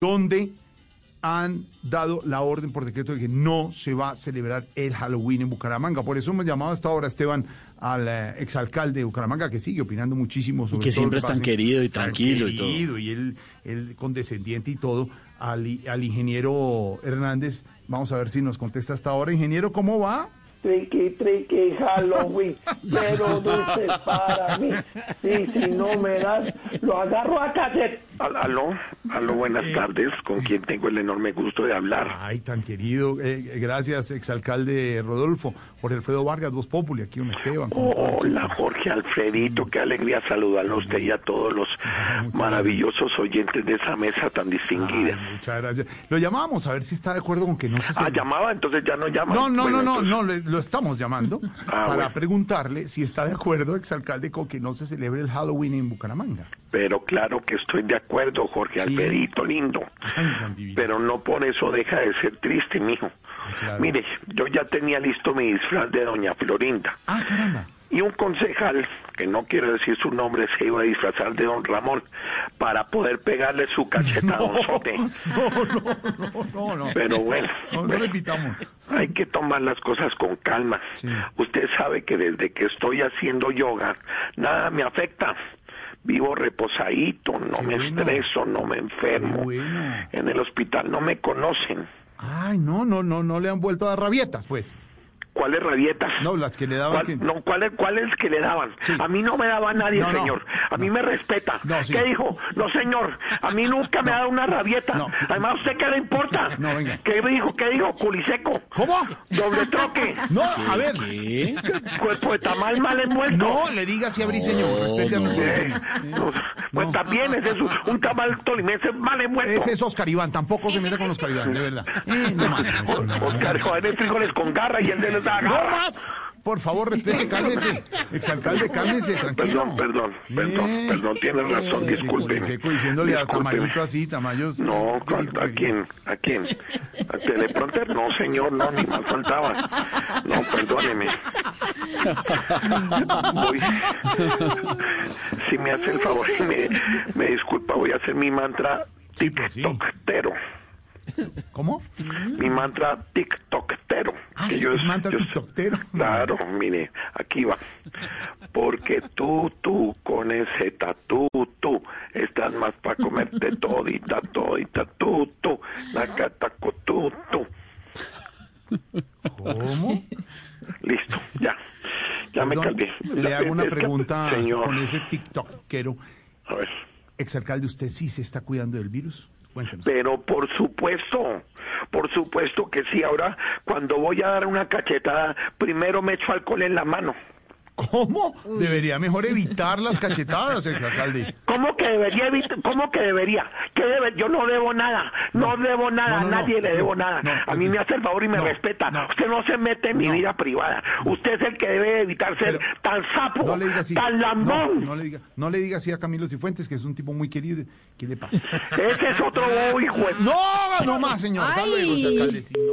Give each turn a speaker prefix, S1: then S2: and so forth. S1: donde han dado la orden por decreto de que no se va a celebrar el Halloween en Bucaramanga. Por eso hemos llamado hasta ahora, Esteban, al eh, exalcalde de Bucaramanga, que sigue opinando muchísimo sobre
S2: que
S1: todo lo
S2: siempre es tan
S1: pasa.
S2: querido y tranquilo y todo.
S1: querido y el, el condescendiente y todo, al, i- al ingeniero Hernández. Vamos a ver si nos contesta hasta ahora. Ingeniero, ¿cómo va?
S3: Triqui, triqui, Halloween, pero dulces para mí. Y si no me das, lo agarro a cassette.
S4: Al- Aló, aló, buenas tardes, con quien tengo el enorme gusto de hablar.
S1: Ay, tan querido. Eh, gracias, exalcalde Rodolfo. Jorge Alfredo Vargas, Voz Populi, aquí un Esteban. con todo el
S4: Hola, Jorge Alfredito, qué alegría saludarlo a usted y a todos los maravillosos oyentes de esa mesa tan distinguida.
S1: Ay, muchas gracias. Lo llamamos a ver si está de acuerdo con que no se
S4: Ah,
S1: celebre.
S4: llamaba, entonces ya no llama.
S1: No, no,
S4: Bueno,
S1: no, no,
S4: entonces, Ah,
S1: no, le- lo estamos llamando para
S4: bueno.
S1: preguntarle si está de acuerdo, exalcalde, con que no se celebre el Halloween en Bucaramanga.
S4: Pero claro que estoy de acuerdo, Jorge Alfredito, lindo.
S1: Ay, tan divino.
S4: Pero no por eso deja de ser triste, mijo.
S1: Claro.
S4: Mire, yo ya tenía listo mi disfraz de Doña Florinda.
S1: Ah, caramba.
S4: y un concejal, que no quiero decir su nombre, se iba a disfrazar de don Ramón para poder pegarle su cacheta a don Sote.
S1: No, no, no, no, no.
S4: Pero bueno,
S1: No, no
S4: bueno,
S1: le invitamos.
S4: hay que tomar las cosas con calma.
S1: Sí.
S4: Usted sabe que desde que estoy haciendo yoga, nada me afecta. Vivo reposadito, no
S1: Qué
S4: me
S1: bueno.
S4: estreso, no me enfermo.
S1: Qué bueno.
S4: En el hospital no me conocen.
S1: Ay, no, no, no, no le han vuelto a dar rabietas, pues.
S4: ¿Cuáles rabietas?
S1: No, las que le daban.
S4: ¿Cuál-
S1: que-
S4: no, ¿cuáles cuáles que le daban?
S1: Sí.
S4: A mí no me daba nadie,
S1: No, no,
S4: señor. A mí me respeta.
S1: No, sí.
S4: ¿Qué dijo? No, señor. A mí nunca me ha dado una rabieta.
S1: No, sí.
S4: Además, ¿usted qué le importa?
S1: No, venga.
S4: ¿Qué dijo? ¿Qué dijo? Culiseco.
S1: ¿Cómo?
S4: Doble troque.
S1: No, a ver.
S2: ¿Qué?
S4: Cuerpo de tamal mal envuelto.
S1: No, le diga si a Briseño, respete a nuestro
S4: Eh,
S1: señor.
S4: no, Pues también ese es un, un tamal tolimense mal envuelto.
S1: Ese es Oscar Iván, tampoco se meta con Oscar Iván, de verdad. Eh, no más.
S4: O- Oscar Joaquín frijoles con garra y él de les da
S1: ¡No
S4: garra.
S1: más! Por favor, respete, cálmese. Exalcalde, cálmese, tranquilo.
S4: Perdón, perdón, perdón,
S1: Eh,
S4: perdón, tiene razón,
S1: eh,
S4: disculpe.
S1: Seco diciéndole a
S4: Discúlpeme.
S1: Tamayito así, Tamayos.
S4: No, ¿a, a quién? ¿A quién? ¿A teleprompter? No, señor, no, ni más faltaba. No, perdóneme. Voy. Si me hace el favor y me, me disculpa, voy a hacer mi mantra
S1: Sí, pues, sí.
S4: TikToktero.
S1: ¿Cómo?
S4: Mi mantra TikToktero.
S1: Ah,
S4: Que
S1: sí,
S4: yo
S1: el
S4: es-
S1: mantra
S4: yo es- Ah,
S1: tiktokero.
S4: Claro, mire, aquí va. Porque tú, tú, con ese tatú, tú, estás más para comerte todita, todita, tú, tú, la cataco, tú, tú.
S1: ¿Cómo?
S4: Listo, ya. Ya me
S1: Perdón,
S4: calvé.
S1: le
S4: Ya,
S1: hago una
S4: es que,
S1: pregunta
S4: señor,
S1: con ese tiktokero.
S4: a ver.
S1: Exalcalde, ¿usted sí se está cuidando del virus? Cuéntenos.
S4: Pero por supuesto, por supuesto que sí. Ahora, cuando voy a dar una cachetada, primero me echo alcohol en la mano.
S1: ¿Cómo? Debería mejor evitar las cachetadas, exalcalde.
S4: ¿Cómo que debería evitar? ¿Cómo que debería? ¿Qué debe? Yo no debo nada, no, debo nada,
S1: No, no,
S4: a nadie
S1: no,
S4: le
S1: no,
S4: debo nada.
S1: no,
S4: a mí
S1: no.
S4: me hace el favor y me
S1: No,
S4: respeta.
S1: no.
S4: Usted no se mete en mi
S1: No.
S4: vida privada. Usted es el que debe evitar ser
S1: Pero-
S4: tan sapo,
S1: No le diga así.
S4: tan lambón.
S1: No, no le diga, no le diga así a Camilo Cifuentes, que es un tipo muy querido. ¿Qué le pasa?
S4: Ese es otro bobo, hijo. de-
S1: No, no más, señor. Hasta luego, exalcalde. Sí, no.